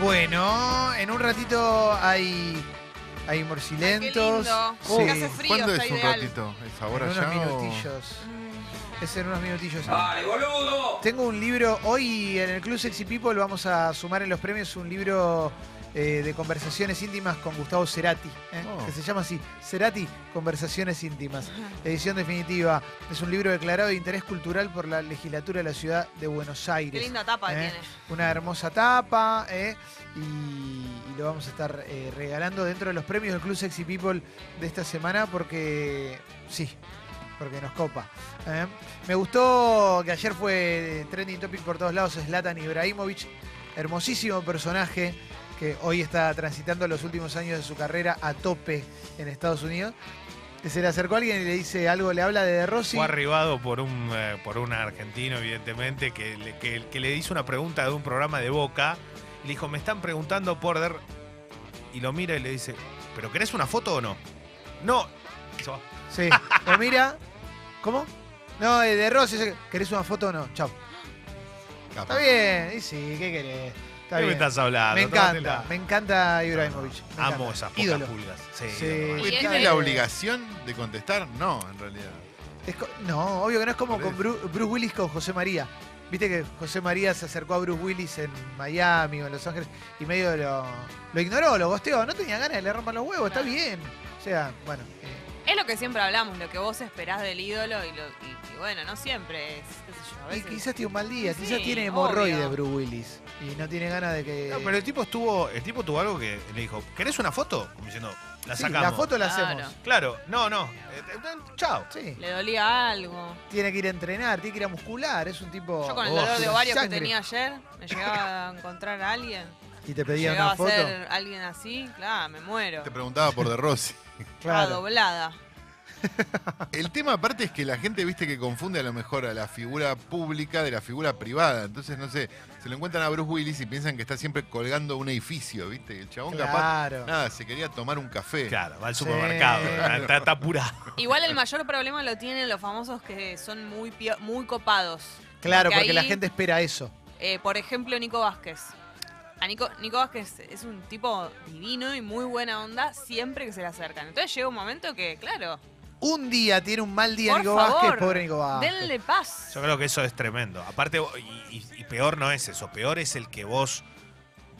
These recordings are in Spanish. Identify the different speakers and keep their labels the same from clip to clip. Speaker 1: Bueno, en un ratito hay, hay morcilentos.
Speaker 2: Ay, qué lindo.
Speaker 1: Sí,
Speaker 2: Acá hace frío,
Speaker 3: ¿Cuándo
Speaker 2: está
Speaker 3: es un
Speaker 2: ideal.
Speaker 3: ratito? ¿Es
Speaker 1: en
Speaker 3: ahora
Speaker 1: unos
Speaker 3: ya o-
Speaker 1: minutillos. Es en unos minutillos.
Speaker 2: Ah.
Speaker 4: boludo!
Speaker 1: Tengo un libro, hoy en el Club Sexy People vamos a sumar en los premios un libro eh, de conversaciones íntimas con Gustavo Cerati, ¿eh?
Speaker 3: Oh.
Speaker 1: que se llama así, Cerati, Conversaciones íntimas, edición definitiva. Es un libro declarado de interés cultural por la legislatura de la ciudad de Buenos Aires.
Speaker 2: Qué linda tapa que
Speaker 1: ¿eh?
Speaker 2: tiene.
Speaker 1: Una hermosa tapa, ¿eh? y, y lo vamos a estar eh, regalando dentro de los premios del Club Sexy People de esta semana porque sí, porque nos copa. ¿eh? Me gustó que ayer fue trending topic por todos lados, Zlatan Ibrahimovic, hermosísimo personaje que hoy está transitando los últimos años de su carrera a tope en Estados Unidos. Que se le acercó alguien y le dice algo, le habla de De Rossi.
Speaker 5: Fue arribado por un, eh, por un argentino, evidentemente, que le, que- que le hizo una pregunta de un programa de Boca. Y le dijo, me están preguntando por... Der-". Y lo mira y le dice, ¿pero querés una foto o no? No. Y "Oh, se va.
Speaker 1: Sí, lo mira. ¿Cómo? No, eh, De Rossi, ¿querés una foto o no? Chao. Está
Speaker 3: Capaz.
Speaker 1: bien, y sí, ¿qué querés? Está
Speaker 5: ¿Qué me
Speaker 1: bien.
Speaker 5: estás hablando?
Speaker 1: Me encanta,
Speaker 5: Tómatela.
Speaker 1: me encanta Ibrahimovic. me
Speaker 5: Amo
Speaker 1: encanta.
Speaker 5: esas pocas
Speaker 1: Ídolo.
Speaker 5: pulgas. Sí,
Speaker 1: Sí.
Speaker 5: ídolo.
Speaker 3: Porque
Speaker 2: Y
Speaker 3: ¿Tiene
Speaker 2: es
Speaker 3: la
Speaker 2: de-
Speaker 3: obligación de contestar? No, en realidad.
Speaker 1: Es co- no, obvio que no es como
Speaker 3: Por
Speaker 1: con
Speaker 3: eso.
Speaker 1: Bru- Bruce, Willis con José María. Viste que José María se acercó a Bruce Willis en Miami o en Los Ángeles y medio lo, lo ignoró, lo gosteó. No tenía ganas de le rompan los huevos, está
Speaker 2: Claro.
Speaker 1: bien. O sea, bueno. eh,
Speaker 2: Es lo que siempre hablamos, lo que vos esperás del ídolo y, lo, y- y bueno, no siempre es, qué sé yo, a
Speaker 1: y
Speaker 2: veces...
Speaker 1: quizás tiene un mal día,
Speaker 2: Sí,
Speaker 1: quizás tiene hemorroides
Speaker 2: obvio.
Speaker 1: Bruce Willis y no tiene ganas de que.
Speaker 5: No, pero el tipo estuvo, el tipo tuvo algo que le dijo, ¿querés una foto? Como diciendo, la
Speaker 1: Sí,
Speaker 5: sacamos.
Speaker 1: la foto la
Speaker 2: Claro.
Speaker 1: hacemos.
Speaker 5: Claro, no, no. eh, eh, chao.
Speaker 1: Sí.
Speaker 2: Le dolía algo.
Speaker 1: Tiene que ir a entrenar, tiene que ir a muscular, es un tipo.
Speaker 2: Yo con el
Speaker 5: Oh,
Speaker 2: dolor de
Speaker 1: sudar
Speaker 2: ovarios que
Speaker 1: sangre.
Speaker 2: tenía ayer, me llegaba a encontrar a alguien.
Speaker 1: Y te pedía
Speaker 2: Llegaba
Speaker 1: una
Speaker 2: a
Speaker 1: foto.
Speaker 2: ser alguien así, claro, me muero.
Speaker 3: Te preguntaba por De Rossi.
Speaker 2: Estaba
Speaker 1: Claro.
Speaker 2: doblada.
Speaker 3: El tema aparte es que la gente, viste, que confunde a lo mejor a la figura pública de la figura privada. Entonces, no sé, se lo encuentran a Bruce Willis y piensan que está siempre colgando un edificio, viste. Y El chabón
Speaker 1: Claro.
Speaker 3: capaz, nada, se quería tomar un café.
Speaker 5: Claro, va al
Speaker 1: Sí.
Speaker 5: supermercado, está- está, está apurado.
Speaker 2: Igual el mayor problema lo tienen los famosos que son muy, pio- muy copados.
Speaker 1: Claro, porque la
Speaker 2: ahí,
Speaker 1: gente espera eso.
Speaker 2: eh, por ejemplo, Nico Vázquez. A Nico, Nico Vázquez es un tipo divino y muy buena onda siempre que se le acercan. Entonces llega un momento que, claro,
Speaker 1: Un día tiene un mal día
Speaker 2: Por
Speaker 1: Nico
Speaker 2: favor,
Speaker 1: Vázquez, pobre Nico Vázquez.
Speaker 2: denle paz.
Speaker 5: Yo creo que eso es tremendo. Aparte, y, y- y peor no es eso, peor es el que vos,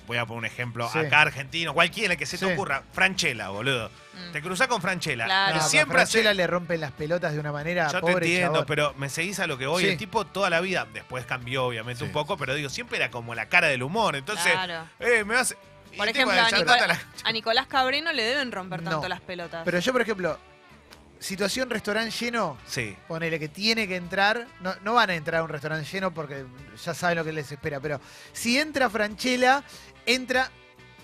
Speaker 5: voy a poner un ejemplo,
Speaker 1: Sí.
Speaker 5: acá argentino, cualquiera que se te
Speaker 1: Sí.
Speaker 5: ocurra, Franchela, boludo.
Speaker 2: Mm.
Speaker 5: Te cruzás con Franchela.
Speaker 2: Claro.
Speaker 5: que
Speaker 1: No,
Speaker 5: siempre
Speaker 1: a Franchella
Speaker 5: hace-
Speaker 1: le rompen las pelotas de una manera
Speaker 5: Yo te
Speaker 1: pobre
Speaker 5: entiendo,
Speaker 1: chabón.
Speaker 5: pero me seguís a lo que voy.
Speaker 1: Sí.
Speaker 5: El tipo toda la vida, después cambió obviamente
Speaker 3: Sí,
Speaker 5: un poco, pero digo, siempre era como la cara del humor. Entonces,
Speaker 2: Claro.
Speaker 5: eh, me vas... y
Speaker 2: Por
Speaker 5: el tipo
Speaker 2: ejemplo,
Speaker 5: de
Speaker 2: a,
Speaker 5: charlata
Speaker 2: Nicola-
Speaker 5: la-
Speaker 2: a Nicolás Cabreno le deben romper tanto
Speaker 1: No,
Speaker 2: las pelotas. Eh,
Speaker 1: Pero yo, por ejemplo, situación restaurante lleno,
Speaker 5: Sí.
Speaker 1: ponele que tiene que entrar, no, no van a entrar a un restaurante lleno porque ya saben lo que les espera, pero si entra Franchella, entra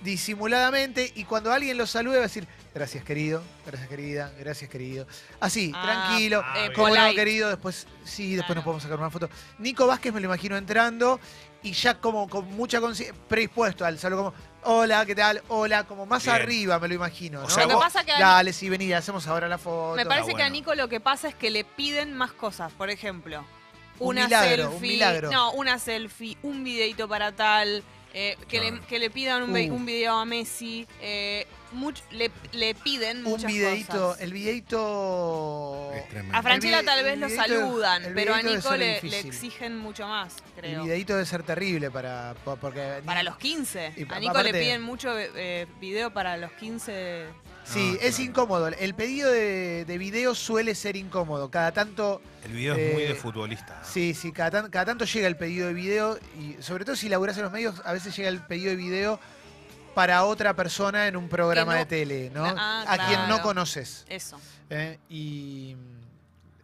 Speaker 1: disimuladamente y cuando alguien lo salude va a decir, gracias querido, gracias querida, gracias querido. Así,
Speaker 2: Ah,
Speaker 1: tranquilo,
Speaker 5: Ah,
Speaker 2: eh,
Speaker 5: bien.
Speaker 1: Como
Speaker 2: polite.
Speaker 1: no, querido, después sí, después
Speaker 2: Claro.
Speaker 1: nos podemos sacar una foto. Nico Vázquez me lo imagino entrando y ya como con mucha conciencia, predispuesto al saludo como, hola, ¿qué tal? Hola, como más
Speaker 5: Bien.
Speaker 1: arriba me lo imagino,
Speaker 5: O
Speaker 1: ¿no?
Speaker 5: sea,
Speaker 2: Lo que
Speaker 5: vos-
Speaker 2: pasa que a Nico-
Speaker 1: Dale, sí, vení, hacemos ahora la foto.
Speaker 2: Me parece que a
Speaker 5: bueno.
Speaker 2: Nico lo que pasa es que le piden más cosas. Por ejemplo,
Speaker 1: Un
Speaker 2: una
Speaker 1: milagro, un
Speaker 2: selfie.
Speaker 1: milagro.
Speaker 2: No, una selfie, un videito para tal. eh, que, le,
Speaker 5: Claro.
Speaker 2: que le pidan un, ve-
Speaker 1: Uh.
Speaker 2: un video a Messi. eh, much- le, le piden
Speaker 1: un
Speaker 2: muchas
Speaker 1: videíto,
Speaker 2: cosas.
Speaker 1: el videíto...
Speaker 3: Es tremendo.
Speaker 2: A Franchella
Speaker 1: el vide-
Speaker 2: tal vez
Speaker 1: el
Speaker 2: lo
Speaker 1: videíto-
Speaker 2: saludan,
Speaker 1: el
Speaker 2: pero a
Speaker 1: videíto debe
Speaker 2: Nico
Speaker 1: ser
Speaker 2: le,
Speaker 1: difícil.
Speaker 2: le exigen mucho más,
Speaker 1: El
Speaker 2: creo.
Speaker 1: videíto debe ser terrible para... po- Porque
Speaker 2: Para los 15.
Speaker 1: Y pa-
Speaker 2: a Nico
Speaker 1: aparte-
Speaker 2: le piden mucho eh, video para los 15.
Speaker 1: Sí,
Speaker 3: No,
Speaker 1: es
Speaker 3: claro.
Speaker 1: incómodo. El pedido de, de video suele ser incómodo. Cada tanto...
Speaker 5: El video es muy
Speaker 1: Eh,
Speaker 5: de
Speaker 3: Ah.
Speaker 5: futbolista.
Speaker 1: Sí, sí, cada, tan- cada tanto llega el pedido de video y sobre todo si laburás en los medios, a veces llega el pedido de video para otra persona en un programa
Speaker 2: no-
Speaker 1: de tele, ¿no?
Speaker 2: Ah,
Speaker 1: a quien no
Speaker 2: claro.
Speaker 1: conoces.
Speaker 2: Eso.
Speaker 1: ¿eh? Y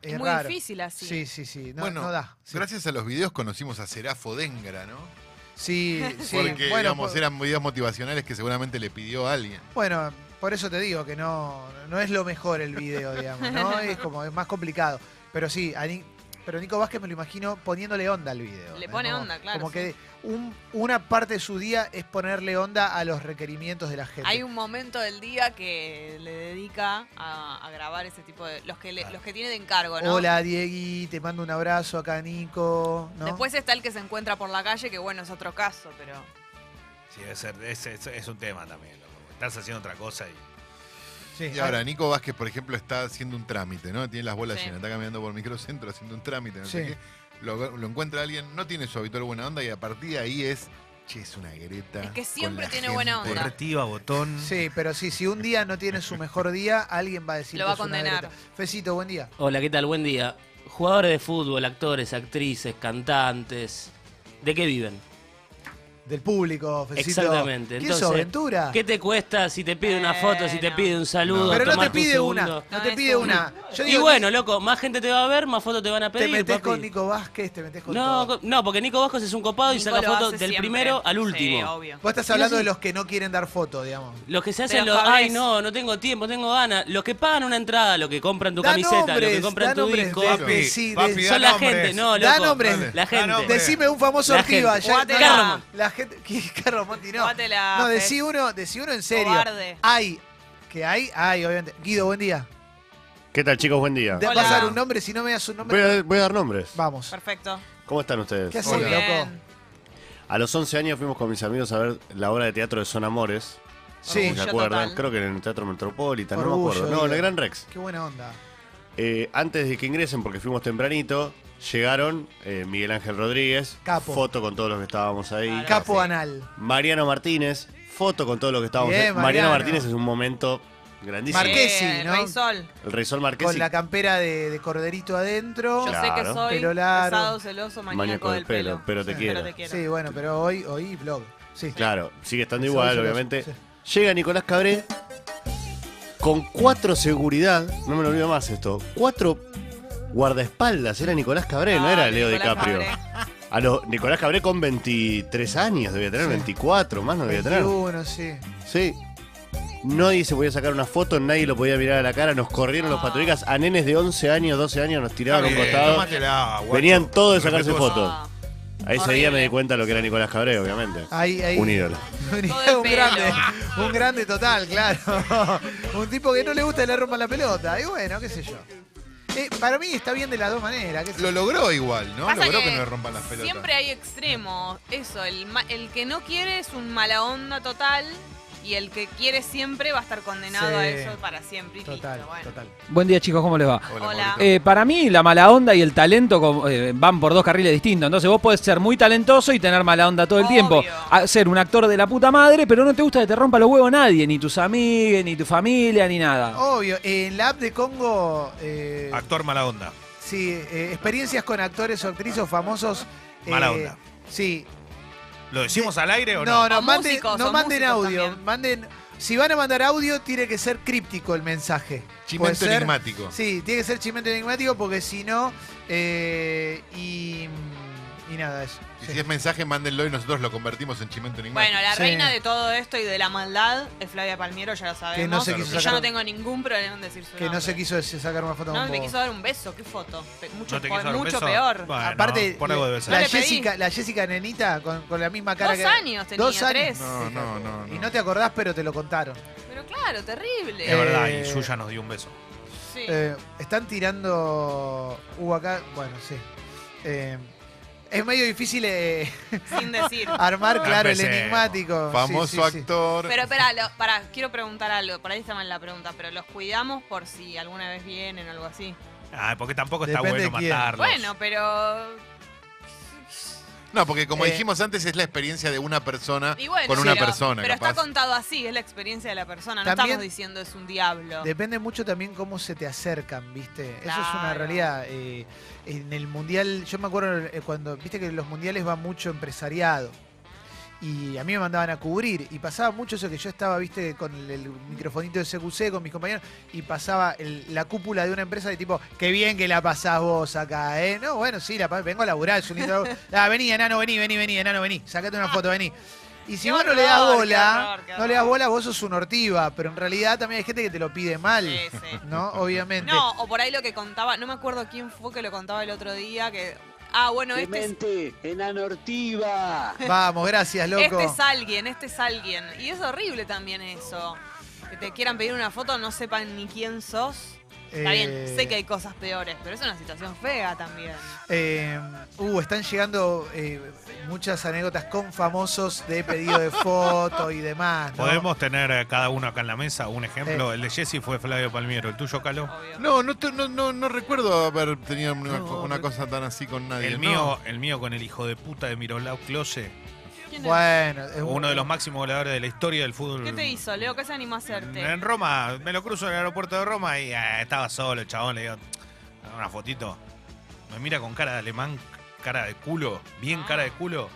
Speaker 1: es,
Speaker 2: Es, muy
Speaker 1: raro.
Speaker 2: difícil así.
Speaker 1: Sí, sí, sí. No,
Speaker 3: Bueno,
Speaker 1: no da. sí.
Speaker 3: Gracias a los videos conocimos a Serafo Dengra, ¿no?
Speaker 1: Sí, sí. bueno,
Speaker 3: Porque,
Speaker 1: pues-
Speaker 3: digamos,
Speaker 1: por,
Speaker 3: eran videos motivacionales que seguramente le pidió a alguien.
Speaker 1: bueno, por eso te digo que no, no es lo mejor el video, digamos, ¿no? Es como, es más complicado. Pero sí, a Ni- pero Nico Vázquez me lo imagino poniéndole onda al video.
Speaker 2: Le
Speaker 1: ¿no?
Speaker 2: pone
Speaker 1: Como-
Speaker 2: onda, claro,
Speaker 1: Como
Speaker 2: sí.
Speaker 1: que un- una parte de su día es ponerle onda a los requerimientos de la gente.
Speaker 2: Hay un momento del día que le dedica a, a grabar ese tipo de. Los que, le- los que tiene de encargo, ¿no?
Speaker 1: Hola, Diegui, te mando un abrazo acá, Nico. ¿no?
Speaker 2: Después está el que se encuentra por la calle, que bueno, es otro caso, pero.
Speaker 5: Sí, Sí, debe ser- es, es- es un tema también, loco. Estás haciendo otra cosa y.
Speaker 1: Sí,
Speaker 3: Y ahora, Nico Vázquez, por ejemplo, está haciendo un trámite, ¿no? Tiene las bolas
Speaker 2: Ah. Sí.
Speaker 3: llenas, está caminando por microcentro haciendo un trámite, no sé
Speaker 1: Sí.
Speaker 3: qué. Lo, lo encuentra alguien, no tiene su habitual buena onda y a partir de ahí es, che, es una greta.
Speaker 2: Es que
Speaker 3: con
Speaker 2: siempre
Speaker 3: la
Speaker 2: tiene buena
Speaker 3: gente".
Speaker 2: onda.
Speaker 5: Activa, botón.
Speaker 1: Sí, pero sí, si un día no tiene su mejor día, alguien va a decir que
Speaker 2: Lo va a
Speaker 1: es una
Speaker 2: condenar.
Speaker 1: grieta. Fecito, buen día.
Speaker 4: Hola, ¿qué tal? Buen día. Jugadores de fútbol, actores, actrices, cantantes, ¿de qué viven?
Speaker 1: Del público, Fecito.
Speaker 4: Exactamente.
Speaker 1: ¿Quién
Speaker 4: Entonces,
Speaker 1: sos, Ventura?
Speaker 4: ¿Qué te cuesta si te pide una foto, si te
Speaker 2: Bueno.
Speaker 4: pide un
Speaker 3: Pero
Speaker 4: saludo?
Speaker 1: Pero no te
Speaker 4: tomarte un
Speaker 1: pide una, no,
Speaker 4: segundo?
Speaker 2: No,
Speaker 1: te
Speaker 2: es
Speaker 1: pide
Speaker 2: un-
Speaker 1: una. Yo
Speaker 4: Y
Speaker 1: digo,
Speaker 4: bueno, loco, más gente te va a ver, más fotos te van a pedir.
Speaker 1: te metes
Speaker 4: papi.
Speaker 1: con Nico Vázquez, te metes con
Speaker 4: no,
Speaker 1: todo.
Speaker 4: co- no, porque Nico Vázquez es un copado y
Speaker 2: Nico
Speaker 4: saca
Speaker 2: lo
Speaker 4: fotos
Speaker 2: hace
Speaker 4: del
Speaker 2: siempre.
Speaker 4: primero al último.
Speaker 2: Sí, obvio.
Speaker 1: Vos estás hablando de los que no quieren dar foto, digamos.
Speaker 4: Los que se
Speaker 2: De
Speaker 4: hacen
Speaker 2: los
Speaker 4: los. Ay,
Speaker 2: cabres.
Speaker 4: no, no tengo tiempo, tengo ganas. Los que pagan una entrada, los que compran tu
Speaker 1: Da
Speaker 4: camiseta, los
Speaker 1: nombres,
Speaker 4: que
Speaker 1: da
Speaker 4: compran tu
Speaker 1: nombres
Speaker 4: disco.
Speaker 1: de-
Speaker 5: Papi,
Speaker 1: Eh, sí,
Speaker 5: papi,
Speaker 1: de-
Speaker 5: da
Speaker 4: Son la
Speaker 5: nombres.
Speaker 4: gente, no, loco.
Speaker 1: Da nombres.
Speaker 4: La gente.
Speaker 5: Da nombres.
Speaker 1: Decime un famoso
Speaker 4: La
Speaker 1: arriba.
Speaker 4: gente.
Speaker 1: ya-
Speaker 2: Guatela.
Speaker 1: no, no, La gente. que- Carlos Monti, no.
Speaker 2: Guatela,
Speaker 1: No,
Speaker 2: Fes.
Speaker 1: decí uno, decí uno en serio.
Speaker 2: Cobarde.
Speaker 1: Hay. Que hay, hay, obviamente. Guido, buen día.
Speaker 6: ¿Qué tal chicos? Buen día.
Speaker 1: Te
Speaker 2: Hola.
Speaker 1: vas a dar un nombre, si no me das un
Speaker 6: Voy
Speaker 1: nombre.
Speaker 6: a, voy a dar nombres.
Speaker 1: Vamos.
Speaker 2: Perfecto.
Speaker 6: ¿Cómo están
Speaker 1: ¿Qué
Speaker 6: ustedes?
Speaker 1: haces,
Speaker 2: Muy
Speaker 3: Hola.
Speaker 1: loco?
Speaker 2: bien.
Speaker 6: A los 11 años fuimos con mis amigos a ver la obra de teatro de Son Amores.
Speaker 1: Sí.
Speaker 6: ¿Se
Speaker 2: Orgullo
Speaker 6: acuerdan?
Speaker 2: total.
Speaker 6: Creo que en el Teatro Metropolitan, no
Speaker 1: Orgullo,
Speaker 6: me acuerdo. No, en
Speaker 1: digo.
Speaker 6: el Gran Rex.
Speaker 1: Qué buena onda.
Speaker 6: Eh, antes de que ingresen, porque fuimos tempranito, llegaron eh, Miguel Ángel Rodríguez,
Speaker 1: Capo.
Speaker 6: foto con todos los que estábamos ahí.
Speaker 2: Claro.
Speaker 1: Capo
Speaker 2: sí.
Speaker 1: anal.
Speaker 6: Mariano Martínez, foto con todos los que estábamos
Speaker 1: Bien,
Speaker 6: ahí.
Speaker 1: Mariano.
Speaker 6: Mariano Martínez es un momento grandísimo.
Speaker 1: Marqués. Marquesi,
Speaker 2: Eh,
Speaker 1: ¿no?
Speaker 2: Rey Sol.
Speaker 6: El Rey Sol Marquesi.
Speaker 1: Con la campera de, de corderito adentro.
Speaker 2: Yo sé que
Speaker 6: Claro.
Speaker 2: soy
Speaker 1: Pelo largo.
Speaker 2: pesado, celoso, maníaco,
Speaker 6: Maníaco
Speaker 2: del pelo.
Speaker 6: pero te
Speaker 1: Sí.
Speaker 6: quiero.
Speaker 1: Sí, bueno, pero hoy, hoy blog. Sí.
Speaker 6: Claro, sigue estando
Speaker 1: Sí,
Speaker 6: igual,
Speaker 1: sí,
Speaker 6: obviamente.
Speaker 1: sí.
Speaker 6: Llega Nicolás Cabré con cuatro seguridad, no me lo olvido más esto, cuatro guardaespaldas. Era Nicolás Cabré, Eh, no era
Speaker 2: Ah,
Speaker 6: Leo
Speaker 2: Nicolás
Speaker 6: DiCaprio.
Speaker 2: Cabré.
Speaker 6: A lo- Nicolás Cabré con 23 años, debía tener
Speaker 1: Sí.
Speaker 6: 24, más no debía tener.
Speaker 1: 21, sí.
Speaker 6: Sí. Nadie se podía sacar una foto, nadie lo podía mirar a la cara, nos corrieron los
Speaker 2: Ah.
Speaker 6: patrullicas, a nenes de 11 años, 12 años nos tiraban a un
Speaker 3: Está bien,
Speaker 6: costado.
Speaker 3: tómatela, guacho.
Speaker 6: Venían todos de sacarse
Speaker 3: Respetuoso.
Speaker 6: fotos.
Speaker 2: Ah,
Speaker 6: A ese día me
Speaker 2: Horrible.
Speaker 6: di cuenta lo que era Nicolás Cabré, obviamente.
Speaker 1: Ahí, ahí.
Speaker 6: Un ídolo.
Speaker 2: Todo el
Speaker 1: un
Speaker 2: pelo.
Speaker 1: grande, un grande total, claro. un tipo que no le gusta que le rompan la pelota. Y bueno, qué sé yo. Eh, para mí está bien de las dos maneras. qué sé
Speaker 3: Lo
Speaker 1: yo.
Speaker 3: logró igual, ¿no?
Speaker 2: Pasa
Speaker 3: logró que,
Speaker 2: que
Speaker 3: no le rompan las pelotas.
Speaker 2: Siempre hay extremos. Eso, el, ma- el que no quiere es un mala onda total y el que quiere siempre va a estar condenado
Speaker 1: Sí.
Speaker 2: a eso para siempre. y listo,
Speaker 1: Total,
Speaker 2: bueno.
Speaker 1: total.
Speaker 7: Buen día chicos, ¿cómo les va?
Speaker 2: Hola.
Speaker 3: Maurito.
Speaker 7: Eh, para mí la mala onda y el talento como, eh, van por dos carriles distintos. Entonces vos podés ser muy talentoso y tener mala onda todo el
Speaker 2: Obvio.
Speaker 7: tiempo. A- ser un actor de la puta madre, pero no te gusta que te rompa los huevos nadie, ni tus amigos, ni tu familia, ni nada.
Speaker 1: Obvio, eh, en la app de Congo, eh,
Speaker 5: Actor mala onda.
Speaker 1: sí, eh, experiencias con actores o actrices o famosos. eh,
Speaker 5: Mala onda.
Speaker 1: Sí.
Speaker 5: ¿Lo decimos al aire o no?
Speaker 1: No, no,
Speaker 2: O
Speaker 1: manden,
Speaker 2: músicos,
Speaker 1: no
Speaker 2: o
Speaker 1: manden
Speaker 2: músicos
Speaker 1: audio.
Speaker 2: también.
Speaker 1: Manden, si van a mandar audio, tiene que ser críptico el mensaje. Puede
Speaker 3: Chimento
Speaker 1: ser-
Speaker 3: enigmático.
Speaker 1: Sí, tiene que ser chimento enigmático porque si no. eh, y, y nada, eso.
Speaker 3: Y
Speaker 1: Sí.
Speaker 3: si es mensaje, mándenlo y nosotros lo convertimos en chimento enigmático.
Speaker 2: Bueno, la
Speaker 1: Sí.
Speaker 2: reina de todo esto y de la maldad es Flavia Palmiero, ya lo sabemos.
Speaker 1: Que no se
Speaker 3: quiso
Speaker 2: y yo
Speaker 1: sacar-
Speaker 2: no tengo ningún problema en decir su
Speaker 1: Que no
Speaker 2: nombre.
Speaker 1: se quiso sacar una foto
Speaker 2: No,
Speaker 1: con
Speaker 2: me
Speaker 1: vos.
Speaker 2: quiso dar un beso, qué foto. Pe- Mucho,
Speaker 5: ¿No te
Speaker 2: po-
Speaker 5: quiso dar un
Speaker 2: mucho
Speaker 5: beso?
Speaker 2: peor.
Speaker 5: Bueno,
Speaker 1: Aparte,
Speaker 5: por algo debe ser.
Speaker 1: la
Speaker 2: Yo le pedí.
Speaker 1: Jessica, la Jessica nenita con, con la misma cara
Speaker 2: Dos
Speaker 1: que.
Speaker 2: años tenía,
Speaker 1: Dos años.
Speaker 2: tres.
Speaker 3: No, no, no, no.
Speaker 1: Y no te acordás, pero te lo contaron.
Speaker 2: Pero claro, terrible.
Speaker 5: Es verdad,
Speaker 1: Eh,
Speaker 5: y Suya nos dio un beso.
Speaker 2: Sí.
Speaker 1: Eh, están tirando. Uh, acá. Bueno, sí. Eh, es medio difícil eh,
Speaker 2: Sin decir.
Speaker 1: armar, claro, el
Speaker 5: Ah, Empecemos.
Speaker 1: enigmático. Sí,
Speaker 3: Famoso
Speaker 1: sí, sí.
Speaker 3: actor.
Speaker 2: Pero espera, lo- pará, quiero preguntar algo. Por ahí está mal la pregunta, pero los cuidamos por si alguna vez vienen o algo así.
Speaker 5: Ah, porque tampoco está
Speaker 1: Depende
Speaker 5: bueno
Speaker 1: de quién.
Speaker 5: matarlos.
Speaker 2: Bueno, pero.
Speaker 3: No, porque como
Speaker 1: Eh.
Speaker 3: dijimos antes, es la experiencia de una persona
Speaker 2: Y bueno,
Speaker 3: con una
Speaker 2: pero-
Speaker 3: persona.
Speaker 2: Pero
Speaker 3: capaz.
Speaker 2: está contado así, es la experiencia de la persona. No
Speaker 1: También-
Speaker 2: estamos diciendo es un diablo.
Speaker 1: Depende mucho también cómo se te acercan, ¿viste? Eso es una
Speaker 2: Claro.
Speaker 1: realidad. eh, en el mundial, yo me acuerdo eh, cuando, viste que los mundiales va mucho empresariado. Y a mí me mandaban a cubrir. Y pasaba mucho eso que yo estaba, viste, con el, el microfonito de CQC, con mis compañeros. Y pasaba el- la cúpula de una empresa de tipo, qué bien que la pasás vos acá, ¿eh? No, bueno, sí, la pa- vengo a laburar. es un lindo laburo. Ah, vení, enano, vení, vení, vení, enano, vení. Sacate una foto, vení. Y si
Speaker 2: Ah. Qué
Speaker 1: vos no le das
Speaker 2: horror, qué
Speaker 1: bola,
Speaker 2: horror, qué
Speaker 1: no le das
Speaker 2: horror.
Speaker 1: bola, vos sos un ortiva. Pero en realidad también hay gente que te lo pide mal.
Speaker 2: Sí, sí.
Speaker 1: ¿no? Obviamente.
Speaker 2: No, o por ahí lo que contaba, no me acuerdo quién fue que lo contaba el otro día, que. Ah, bueno, este es,
Speaker 8: Clemente, enano Ortiva.
Speaker 1: Vamos, gracias, loco.
Speaker 2: este es alguien, este es alguien. Y es horrible también eso. Que te quieran pedir una foto, no sepan ni quién sos. Está
Speaker 1: Eh,
Speaker 2: bien, sé que hay cosas peores, pero es una situación fea también.
Speaker 1: Eh, uh, están llegando eh, muchas anécdotas con famosos de pedido de foto y demás. ¿no?
Speaker 5: ¿Podemos tener eh, cada uno acá en la mesa un
Speaker 1: Eh.
Speaker 5: ejemplo? El de Jesse fue Flavio Palmiero, el tuyo, Calo.
Speaker 2: Obvio.
Speaker 3: No, no, te- no, no, no recuerdo haber tenido una,
Speaker 1: No,
Speaker 3: una
Speaker 1: pero-
Speaker 3: cosa tan así con nadie.
Speaker 5: El
Speaker 3: ¿no?
Speaker 5: mío, el mío con el hijo de puta de Mirolao Close,
Speaker 2: ¿Quién es?
Speaker 1: Bueno, es un-
Speaker 5: uno de los máximos goleadores de la historia del fútbol.
Speaker 2: ¿Qué te hizo, Leo? ¿Qué se animó a hacerte?
Speaker 5: En Roma, me lo cruzo en el aeropuerto de Roma y eh, estaba solo el chabón, le digo, "Dame una fotito. Me mira con cara de alemán, cara de culo, bien cara de culo.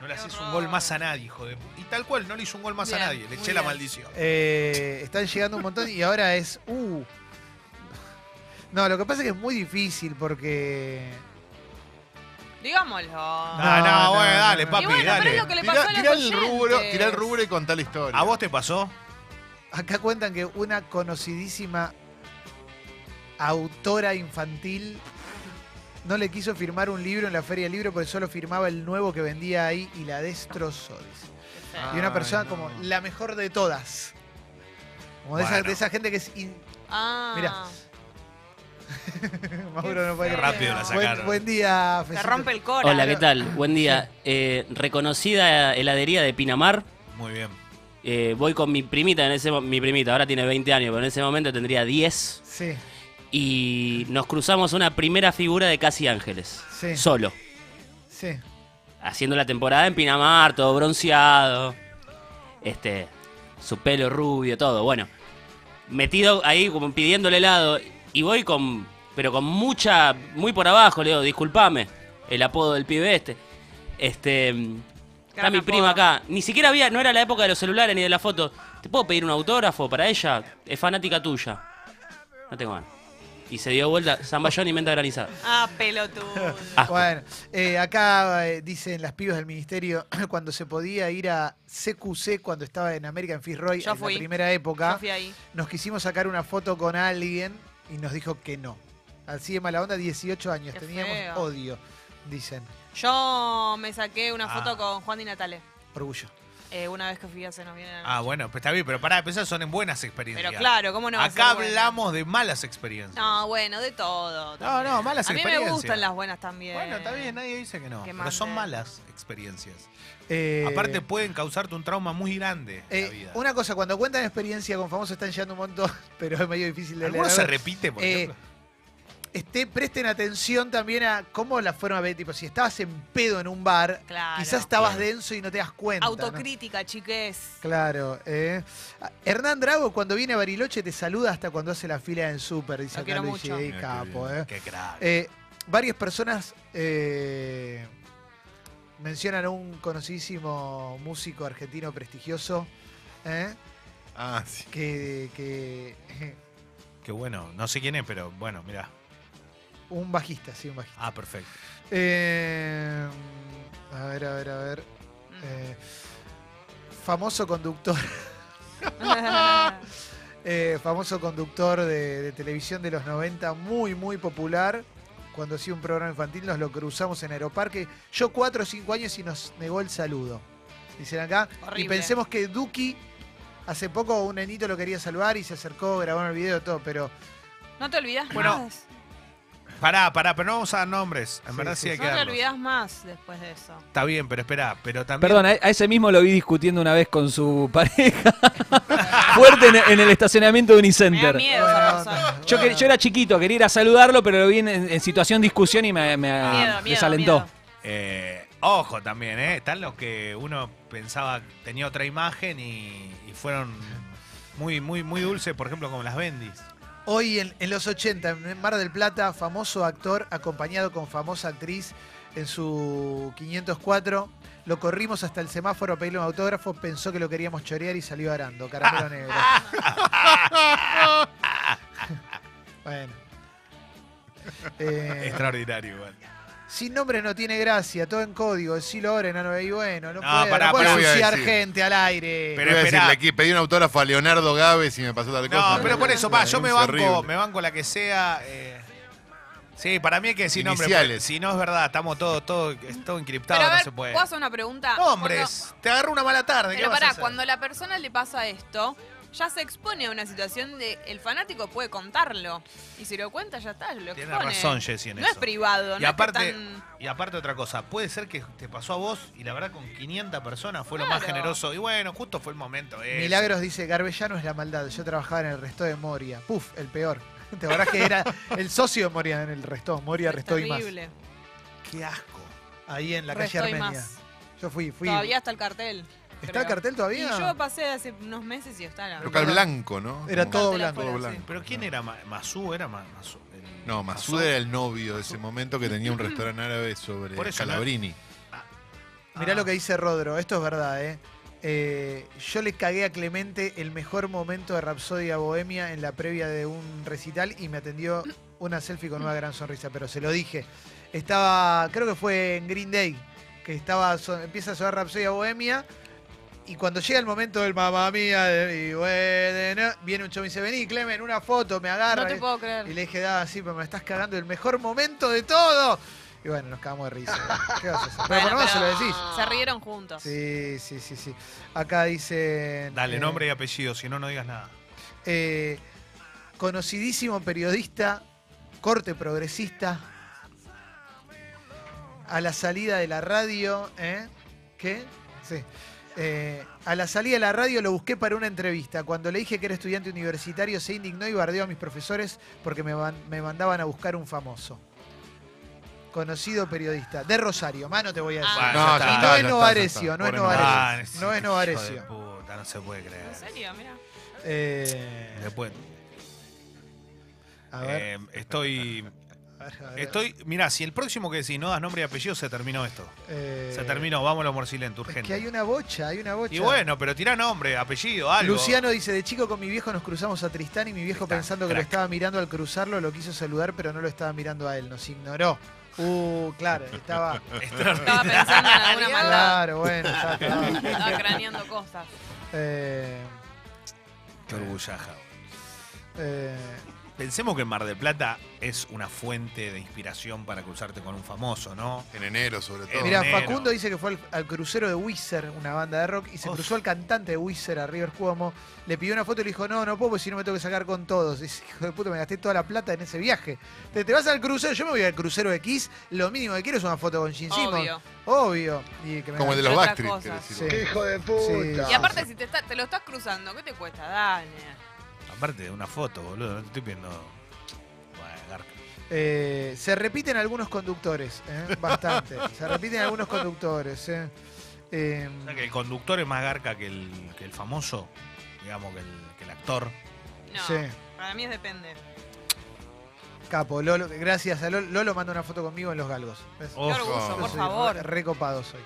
Speaker 5: No le
Speaker 2: Ah. Qué
Speaker 5: haces un
Speaker 2: horror.
Speaker 5: gol más a nadie, hijo de... pu-". Y tal cual, no le hizo un gol más
Speaker 2: Bien,
Speaker 5: a nadie, le
Speaker 2: muy
Speaker 5: eché la
Speaker 2: bien.
Speaker 5: maldición.
Speaker 1: Eh, están llegando un montón y ahora es. Uh. No, lo que pasa es que es muy difícil porque.
Speaker 2: Digámoslo.
Speaker 5: Ah, no,
Speaker 1: no,
Speaker 5: bueno,
Speaker 1: no,
Speaker 5: dale,
Speaker 1: no.
Speaker 5: papi,
Speaker 2: Y bueno, pero
Speaker 5: dale.
Speaker 2: es lo que le
Speaker 3: Tirá-
Speaker 2: pasó a los
Speaker 3: tirá el
Speaker 2: oyentes.
Speaker 3: rubro, tirá el rubro y contá la historia.
Speaker 1: Ah,
Speaker 5: ¿A vos te pasó?
Speaker 1: Acá cuentan que una conocidísima autora infantil no le quiso firmar un libro en la Feria del Libro porque solo firmaba el nuevo que vendía ahí y la destrozó. dice. Y una
Speaker 3: Ay,
Speaker 1: persona
Speaker 3: Ah, no.
Speaker 1: como la mejor de todas. Como de, esa,
Speaker 5: Bueno.
Speaker 1: de esa gente que es. in-
Speaker 2: Ah.
Speaker 1: Mirá. Mauro no puede
Speaker 2: Qué
Speaker 1: creer.
Speaker 5: Rápido la
Speaker 2: feo.
Speaker 5: sacaron.
Speaker 1: Buen, buen día,
Speaker 2: Te
Speaker 1: Fecito.
Speaker 2: rompe el cora.
Speaker 4: Hola, ¿qué tal? Buen día. Eh, reconocida heladería de Pinamar.
Speaker 5: Muy bien.
Speaker 4: Eh, voy con mi primita, en ese mo- mi primita ahora tiene 20 años, pero en ese momento tendría 10.
Speaker 1: Sí,
Speaker 4: Y nos cruzamos una primera figura de Casi Ángeles.
Speaker 1: Sí.
Speaker 4: Solo.
Speaker 1: sí.
Speaker 4: Haciendo la temporada en Pinamar, todo bronceado. Este. Su pelo rubio, todo. Bueno. Metido ahí como pidiéndole helado. Y voy con. Pero con mucha. Muy por abajo, Leo, disculpame. El apodo del pibe este. Este. Está
Speaker 2: Gran
Speaker 4: mi
Speaker 2: apodo.
Speaker 4: prima acá. Ni siquiera había. No era la época de los celulares ni de la foto. ¿Te puedo pedir un autógrafo para ella? Es fanática tuya. No tengo ganas. Y se dio vuelta. Zamballón y menta granizada.
Speaker 2: Ah, pelotudo.
Speaker 5: Ah.
Speaker 4: Asco.
Speaker 1: Bueno, eh, acá eh, dicen las pibas del ministerio cuando se podía ir a CQC cuando estaba en América en Fitzroy
Speaker 2: Yo
Speaker 1: en
Speaker 2: fui.
Speaker 1: la primera
Speaker 2: Yo
Speaker 1: época.
Speaker 2: fui ahí.
Speaker 1: Nos quisimos sacar una foto con alguien y nos dijo que no. Así de mala onda, 18 años.
Speaker 2: Qué
Speaker 1: Teníamos
Speaker 2: feo.
Speaker 1: odio, dicen.
Speaker 2: Yo me saqué una
Speaker 5: Ah.
Speaker 2: foto con Juan Di Natale.
Speaker 1: Orgullo.
Speaker 2: eh, una vez que fui a Senos Viene la
Speaker 5: Ah, bueno, pues está bien, pero pará, esas son en buenas experiencias.
Speaker 2: Pero claro, ¿cómo no va a
Speaker 5: Acá
Speaker 2: ser buena?
Speaker 5: hablamos de malas experiencias.
Speaker 2: No, bueno, de todo.
Speaker 5: No, no, malas
Speaker 2: a mí me
Speaker 5: experiencias.
Speaker 2: gustan las buenas también.
Speaker 5: Bueno, está bien, nadie dice que no.
Speaker 2: Que
Speaker 5: pero son
Speaker 2: manden.
Speaker 5: malas experiencias.
Speaker 1: Eh,
Speaker 5: Aparte pueden causarte un trauma muy grande en la
Speaker 1: eh,
Speaker 5: vida.
Speaker 1: una cosa, cuando cuentan experiencia con famosos están llegando un montón, pero es medio difícil de leer.
Speaker 5: ¿Alguno se repite, por
Speaker 1: Eh,
Speaker 5: ejemplo?
Speaker 1: Este, presten atención también a cómo la forma de, tipo, si estabas en pedo en un bar,
Speaker 2: Claro.
Speaker 1: quizás estabas
Speaker 5: Claro.
Speaker 1: denso y no te das cuenta. ¿no?
Speaker 2: Autocrítica, chiques.
Speaker 1: Claro. eh. Ah, Hernán Drago cuando viene a Bariloche te saluda hasta cuando hace la fila en Super, dice
Speaker 2: Lo
Speaker 1: acá
Speaker 2: quiero
Speaker 1: Luigi,
Speaker 2: mucho.
Speaker 1: ahí,
Speaker 5: Mirá qué
Speaker 1: capo.
Speaker 5: bien,
Speaker 1: eh.
Speaker 5: Qué crack.
Speaker 1: Eh, varias personas eh, mencionan a un conocidísimo músico argentino prestigioso eh,
Speaker 3: Ah, sí.
Speaker 1: que... que eh,
Speaker 5: Qué bueno. No sé quién es, pero bueno, mirá.
Speaker 1: un bajista, sí, un bajista.
Speaker 5: Ah, perfecto.
Speaker 1: Eh, a ver, a ver, a ver. Eh, famoso conductor, eh, famoso conductor de, de televisión de los 90, muy, muy popular. Cuando hacía un programa infantil nos lo cruzamos en Aeroparque. Yo cuatro o cinco años y nos negó el saludo. Dicen acá. Y
Speaker 2: Horrible.
Speaker 1: pensemos que Duki, hace poco un nenito lo quería salvar y se acercó, grabaron el video, todo, pero
Speaker 2: no te olvidas
Speaker 5: Bueno,
Speaker 2: más.
Speaker 5: Pará, pará, pero no vamos a dar nombres. En
Speaker 1: Sí,
Speaker 5: verdad
Speaker 1: sí,
Speaker 5: sí,
Speaker 1: sí.
Speaker 5: hay
Speaker 2: No
Speaker 5: que
Speaker 2: te
Speaker 5: darlos.
Speaker 2: olvidas más después de eso.
Speaker 5: Está bien, pero espera, pero también...
Speaker 7: Perdón, a a ese mismo lo vi discutiendo una vez con su pareja. Fuerte en, en el estacionamiento de
Speaker 2: Me da
Speaker 7: Unicenter.
Speaker 2: miedo
Speaker 1: Buena
Speaker 2: esa
Speaker 1: onda,
Speaker 2: persona.
Speaker 7: Yo, que-
Speaker 1: buena
Speaker 7: yo era chiquito, quería ir a saludarlo, pero lo vi en, en- en situación discusión y me, me-
Speaker 1: Ah,
Speaker 2: Miedo, miedo,
Speaker 7: desalentó.
Speaker 2: miedo.
Speaker 5: Eh, ojo también, ¿eh? Están los que uno pensaba tenía otra imagen y, y fueron muy, muy, muy dulces, por ejemplo, como las Bendis.
Speaker 1: Hoy en, en los 80, en Mar del Plata, famoso actor acompañado con famosa actriz en su 504. Lo corrimos hasta el semáforo a pedirle un autógrafo, pensó que lo queríamos chorear y salió arando, caramelo negro. bueno. Eh,
Speaker 5: Extraordinario, igual.
Speaker 1: sin nombre no tiene gracia, todo en código, decilo ahora, enano, y bueno, no,
Speaker 5: No,
Speaker 1: puede,
Speaker 5: pará,
Speaker 1: no puede
Speaker 5: pará,
Speaker 3: voy a
Speaker 1: ensuciar
Speaker 3: decir.
Speaker 1: gente al aire.
Speaker 5: Pero
Speaker 3: Voy a
Speaker 5: esperá.
Speaker 3: decirle aquí, pedí un autógrafo a Leonardo Gávez y me pasó tal cosa.
Speaker 5: No, pero por eso,
Speaker 3: va,
Speaker 5: pa, yo me banco, me banco la que sea. eh, sí, para mí hay que decir nombre.
Speaker 3: Iniciales.
Speaker 5: porque Si no es verdad, estamos todo, todo, es todo encriptado,
Speaker 2: Pero a
Speaker 5: no
Speaker 2: ver,
Speaker 5: se puede.
Speaker 2: ¿puedo hacer una pregunta?
Speaker 5: Nombres, te agarro una mala tarde. ¿qué
Speaker 2: Pero
Speaker 5: vas a
Speaker 2: pará,
Speaker 5: hacer?
Speaker 2: cuando a la persona le pasa esto, ya se expone a una situación de. El fanático puede contarlo. Y si lo cuenta, ya está, lo expone.
Speaker 5: Tiene razón, Jessy, en
Speaker 2: No
Speaker 5: eso.
Speaker 2: es privado,
Speaker 5: y
Speaker 2: no
Speaker 5: aparte,
Speaker 2: es que tan-
Speaker 5: y aparte otra cosa, puede ser que te pasó a vos y la verdad con 500 personas fue lo más
Speaker 2: Claro.
Speaker 5: generoso. Y bueno, justo fue el momento. ese.
Speaker 1: Milagros dice, Garbellano es la maldad. Yo trabajaba en el resto de Moria. Puf, el peor. ¿Te acordás que era el socio de Moria en el resto? Moria,
Speaker 2: es
Speaker 1: resto y más.
Speaker 2: terrible.
Speaker 5: Qué asco.
Speaker 1: Ahí en la calle
Speaker 2: Resto y
Speaker 1: Armenia.
Speaker 2: más.
Speaker 1: Yo fui, fui.
Speaker 2: Todavía está el cartel.
Speaker 1: ¿Está
Speaker 2: creo.
Speaker 1: el cartel todavía?
Speaker 2: Y yo pasé hace unos meses y está la.
Speaker 3: Local blanco, ¿no?
Speaker 1: Era
Speaker 3: Como-
Speaker 1: todo
Speaker 2: Cartel
Speaker 1: blanco.
Speaker 2: afuera,
Speaker 3: todo
Speaker 2: sí.
Speaker 3: blanco.
Speaker 5: ¿Pero quién era? Ma- ¿Masú era Ma- Masú? El-
Speaker 3: No, Masud era el novio de ese momento que tenía un restaurante árabe sobre
Speaker 5: Por eso,
Speaker 3: Calabrini.
Speaker 1: Mirá
Speaker 5: Ah.
Speaker 1: lo que dice Rodro, esto es verdad, ¿eh? Eh, yo le cagué a Clemente el mejor momento de Rapsodia Bohemia en la previa de un recital y me atendió una selfie con una gran sonrisa, pero se lo dije. Estaba, creo que fue en Green Day, que estaba, so- empieza a sonar Rapsodia Bohemia y cuando llega el momento del mamá mía, de- y bueno, viene un chavo y dice, vení Clemen, una foto, me agarra.
Speaker 2: No te puedo creer.
Speaker 1: eh. Y le dije, ah, sí, pero me estás cagando el mejor momento de todo. Y bueno, nos cagamos de risa. ¿Qué vas a hacer? Pero
Speaker 2: Bueno,
Speaker 1: por lo menos se lo
Speaker 2: pero
Speaker 1: decís.
Speaker 2: Se rieron juntos.
Speaker 1: Sí, sí, sí, sí. Acá eh, dice.
Speaker 5: Dale, nombre y apellido, si no, no digas nada.
Speaker 1: eh, conocidísimo periodista, corte progresista. A la salida de la radio, ¿eh? ¿Qué? Sí. Eh, a la salida de la radio lo busqué para una entrevista. Cuando le dije que era estudiante universitario, se indignó y bardeó a mis profesores porque me, van- me mandaban a buscar un famoso. Conocido periodista. De Rosario, más no te voy a decir.
Speaker 2: Ah,
Speaker 1: Y
Speaker 5: ya
Speaker 1: no
Speaker 5: está, ya
Speaker 1: es
Speaker 5: está,
Speaker 1: Novarecio, no es
Speaker 3: Pobre
Speaker 5: Ah,
Speaker 1: Novarecio. No
Speaker 5: ese
Speaker 1: es
Speaker 5: hijo de
Speaker 1: Novarecio.
Speaker 5: puta, no se puede creer.
Speaker 2: ¿En serio? Mira.
Speaker 1: Eh,
Speaker 5: Después,
Speaker 1: a ver,
Speaker 5: eh, estoy.
Speaker 1: a ver, a ver.
Speaker 5: Estoy. Mirá, si el próximo que decís no das nombre y apellido, se terminó esto.
Speaker 1: Eh,
Speaker 5: Se terminó, vámonos, Morcilento,
Speaker 1: Es
Speaker 5: urgente.
Speaker 1: que hay una bocha, hay una bocha.
Speaker 5: Y bueno, pero tirá nombre, apellido, algo.
Speaker 1: Luciano dice, de chico con mi viejo nos cruzamos a Tristán y mi viejo
Speaker 5: Tristán,
Speaker 1: pensando que lo
Speaker 5: crack.
Speaker 1: estaba mirando al cruzarlo, lo quiso saludar, pero no lo estaba mirando a él, nos ignoró. Uh, claro, estaba...
Speaker 2: Estaba pensando en alguna maldad.
Speaker 1: claro, bueno, ya está.
Speaker 2: Estaba craneando cosas.
Speaker 1: Eh,
Speaker 5: Qué orgullaja.
Speaker 1: eh,
Speaker 5: Pensemos que Mar del Plata es una fuente de inspiración para cruzarte con un famoso, ¿no?
Speaker 3: Ah, En enero, sobre todo.
Speaker 5: Todo
Speaker 1: Mira,
Speaker 5: negro.
Speaker 1: Facundo dice que fue al, al crucero de Wizard, una banda de rock, y se
Speaker 5: Uf.
Speaker 1: cruzó al cantante de Wizard, a River Cuomo. Le pidió una foto y le dijo, no, no puedo, porque si no me tengo que sacar con todos. Dice, hijo de puta, me gasté toda la plata en ese viaje. Te, te vas al crucero, yo me voy al crucero de Kiss, lo mínimo que quiero es una foto con Gene Simmons.
Speaker 2: Obvio.
Speaker 1: Obvio. Y que me
Speaker 3: Como el de los
Speaker 2: Otras
Speaker 3: Backstreet,
Speaker 2: cosas.
Speaker 3: querés decir.
Speaker 1: Sí.
Speaker 3: vos.
Speaker 8: Hijo de puta.
Speaker 2: Y
Speaker 1: Ah,
Speaker 2: aparte, si te, está- te lo estás cruzando, ¿qué te cuesta? Dale.
Speaker 5: Aparte de una foto, boludo, no te estoy viendo. Bueno, garca.
Speaker 1: Eh, se repiten algunos conductores, ¿eh? bastante. se repiten algunos conductores. ¿eh? Eh,
Speaker 5: O sea que el conductor es más garca que el, que el famoso, digamos, que el, que el actor.
Speaker 2: No.
Speaker 1: Sí.
Speaker 2: Para mí es depende.
Speaker 1: Capo, Lolo, gracias a Lolo. Lolo manda una foto conmigo en Los Galgos. ¿ves?
Speaker 2: Qué orgullo,
Speaker 3: Yo
Speaker 2: por
Speaker 1: soy re-
Speaker 2: favor.
Speaker 1: Recopado soy.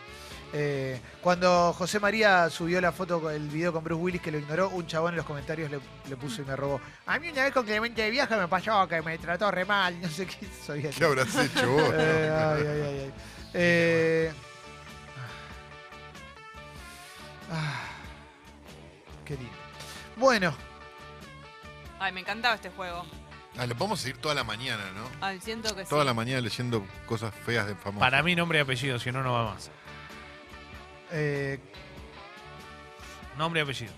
Speaker 1: Eh, cuando José María subió la foto, con- el video con Bruce Willis que lo ignoró, un chabón en los comentarios le, le puso y me robó. A mí una vez con Clemente de viaje me pasó que me trató re mal, no sé qué soy así.
Speaker 3: ¿Qué habrás hecho vos?
Speaker 1: Eh, ay, ay, ay, ay. Eh, ah, qué lindo. Bueno,
Speaker 2: Ay, me encantaba este juego.
Speaker 3: Ah, lo podemos seguir toda la mañana, ¿no?
Speaker 2: Ay, siento que sí.
Speaker 3: Toda la mañana leyendo cosas feas de famosos.
Speaker 5: Para mí, nombre y apellido, si no, no va más.
Speaker 1: eh,
Speaker 5: Nombre y apellido.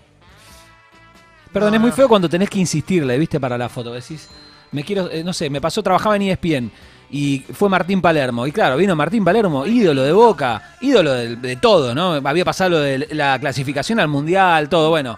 Speaker 7: Perdón,
Speaker 1: No,
Speaker 7: es muy
Speaker 1: no.
Speaker 7: feo cuando tenés que insistirle, viste, para la foto. Decís, me quiero, eh, no sé, me pasó, trabajaba en ESPN y fue Martín Palermo. Y claro, vino Martín Palermo, ídolo de Boca, ídolo del- de, todo, ¿no? Había pasado lo de la clasificación al Mundial, todo, bueno.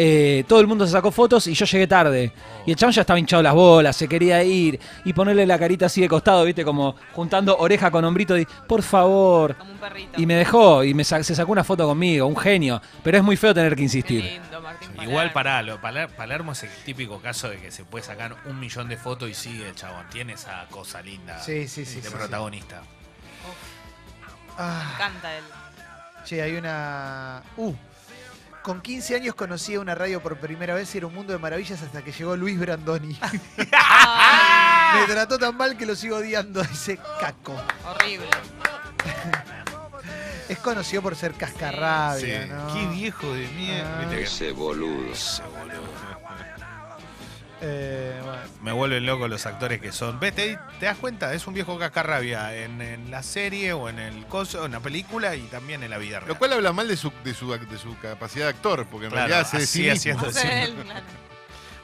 Speaker 7: Eh, todo el mundo se sacó fotos y yo llegué tarde. Y el chabón ya estaba hinchado las bolas, se quería ir. Y ponerle la carita así de costado, viste, como juntando oreja con hombrito. Y, por favor.
Speaker 2: Como un perrito.
Speaker 7: Y me dejó, y me sa- se sacó una foto conmigo, un genio. Pero es muy feo tener que
Speaker 2: Qué
Speaker 7: insistir.
Speaker 2: lindo, Martín. Palermo.
Speaker 5: Igual pará, lo- Paler- Palermo es el típico caso de que se puede sacar un millón de fotos y sigue el chabón. Tiene esa cosa linda
Speaker 1: sí, sí, sí.
Speaker 5: de
Speaker 1: sí, sí.
Speaker 5: protagonista.
Speaker 2: Me
Speaker 1: Ah.
Speaker 2: encanta él.
Speaker 1: Che, hay una. Uh. Con 15 años conocí a una radio por primera vez y era un mundo de maravillas hasta que llegó Luis Brandoni.
Speaker 2: Ay,
Speaker 1: Me trató tan mal que lo sigo odiando, dice Caco.
Speaker 2: horrible.
Speaker 1: Es conocido por ser cascarrabia,
Speaker 3: Sí.
Speaker 1: Ah, ¿no? Ah.
Speaker 5: viejo de
Speaker 1: mierda.
Speaker 8: Ese boludo.
Speaker 5: boludo.
Speaker 1: Eh, bueno,
Speaker 5: Me vuelven locos los actores que son. ¿Ves? Te, te das cuenta, es un viejo cascarrabia en, en la serie o en el coso, en la película y también en la vida real.
Speaker 3: Lo cual habla mal de su, de su, de su capacidad de actor, porque en
Speaker 5: Claro,
Speaker 3: realidad se
Speaker 5: así
Speaker 3: sí mismo.
Speaker 5: haciendo-
Speaker 2: O sea, él, claro.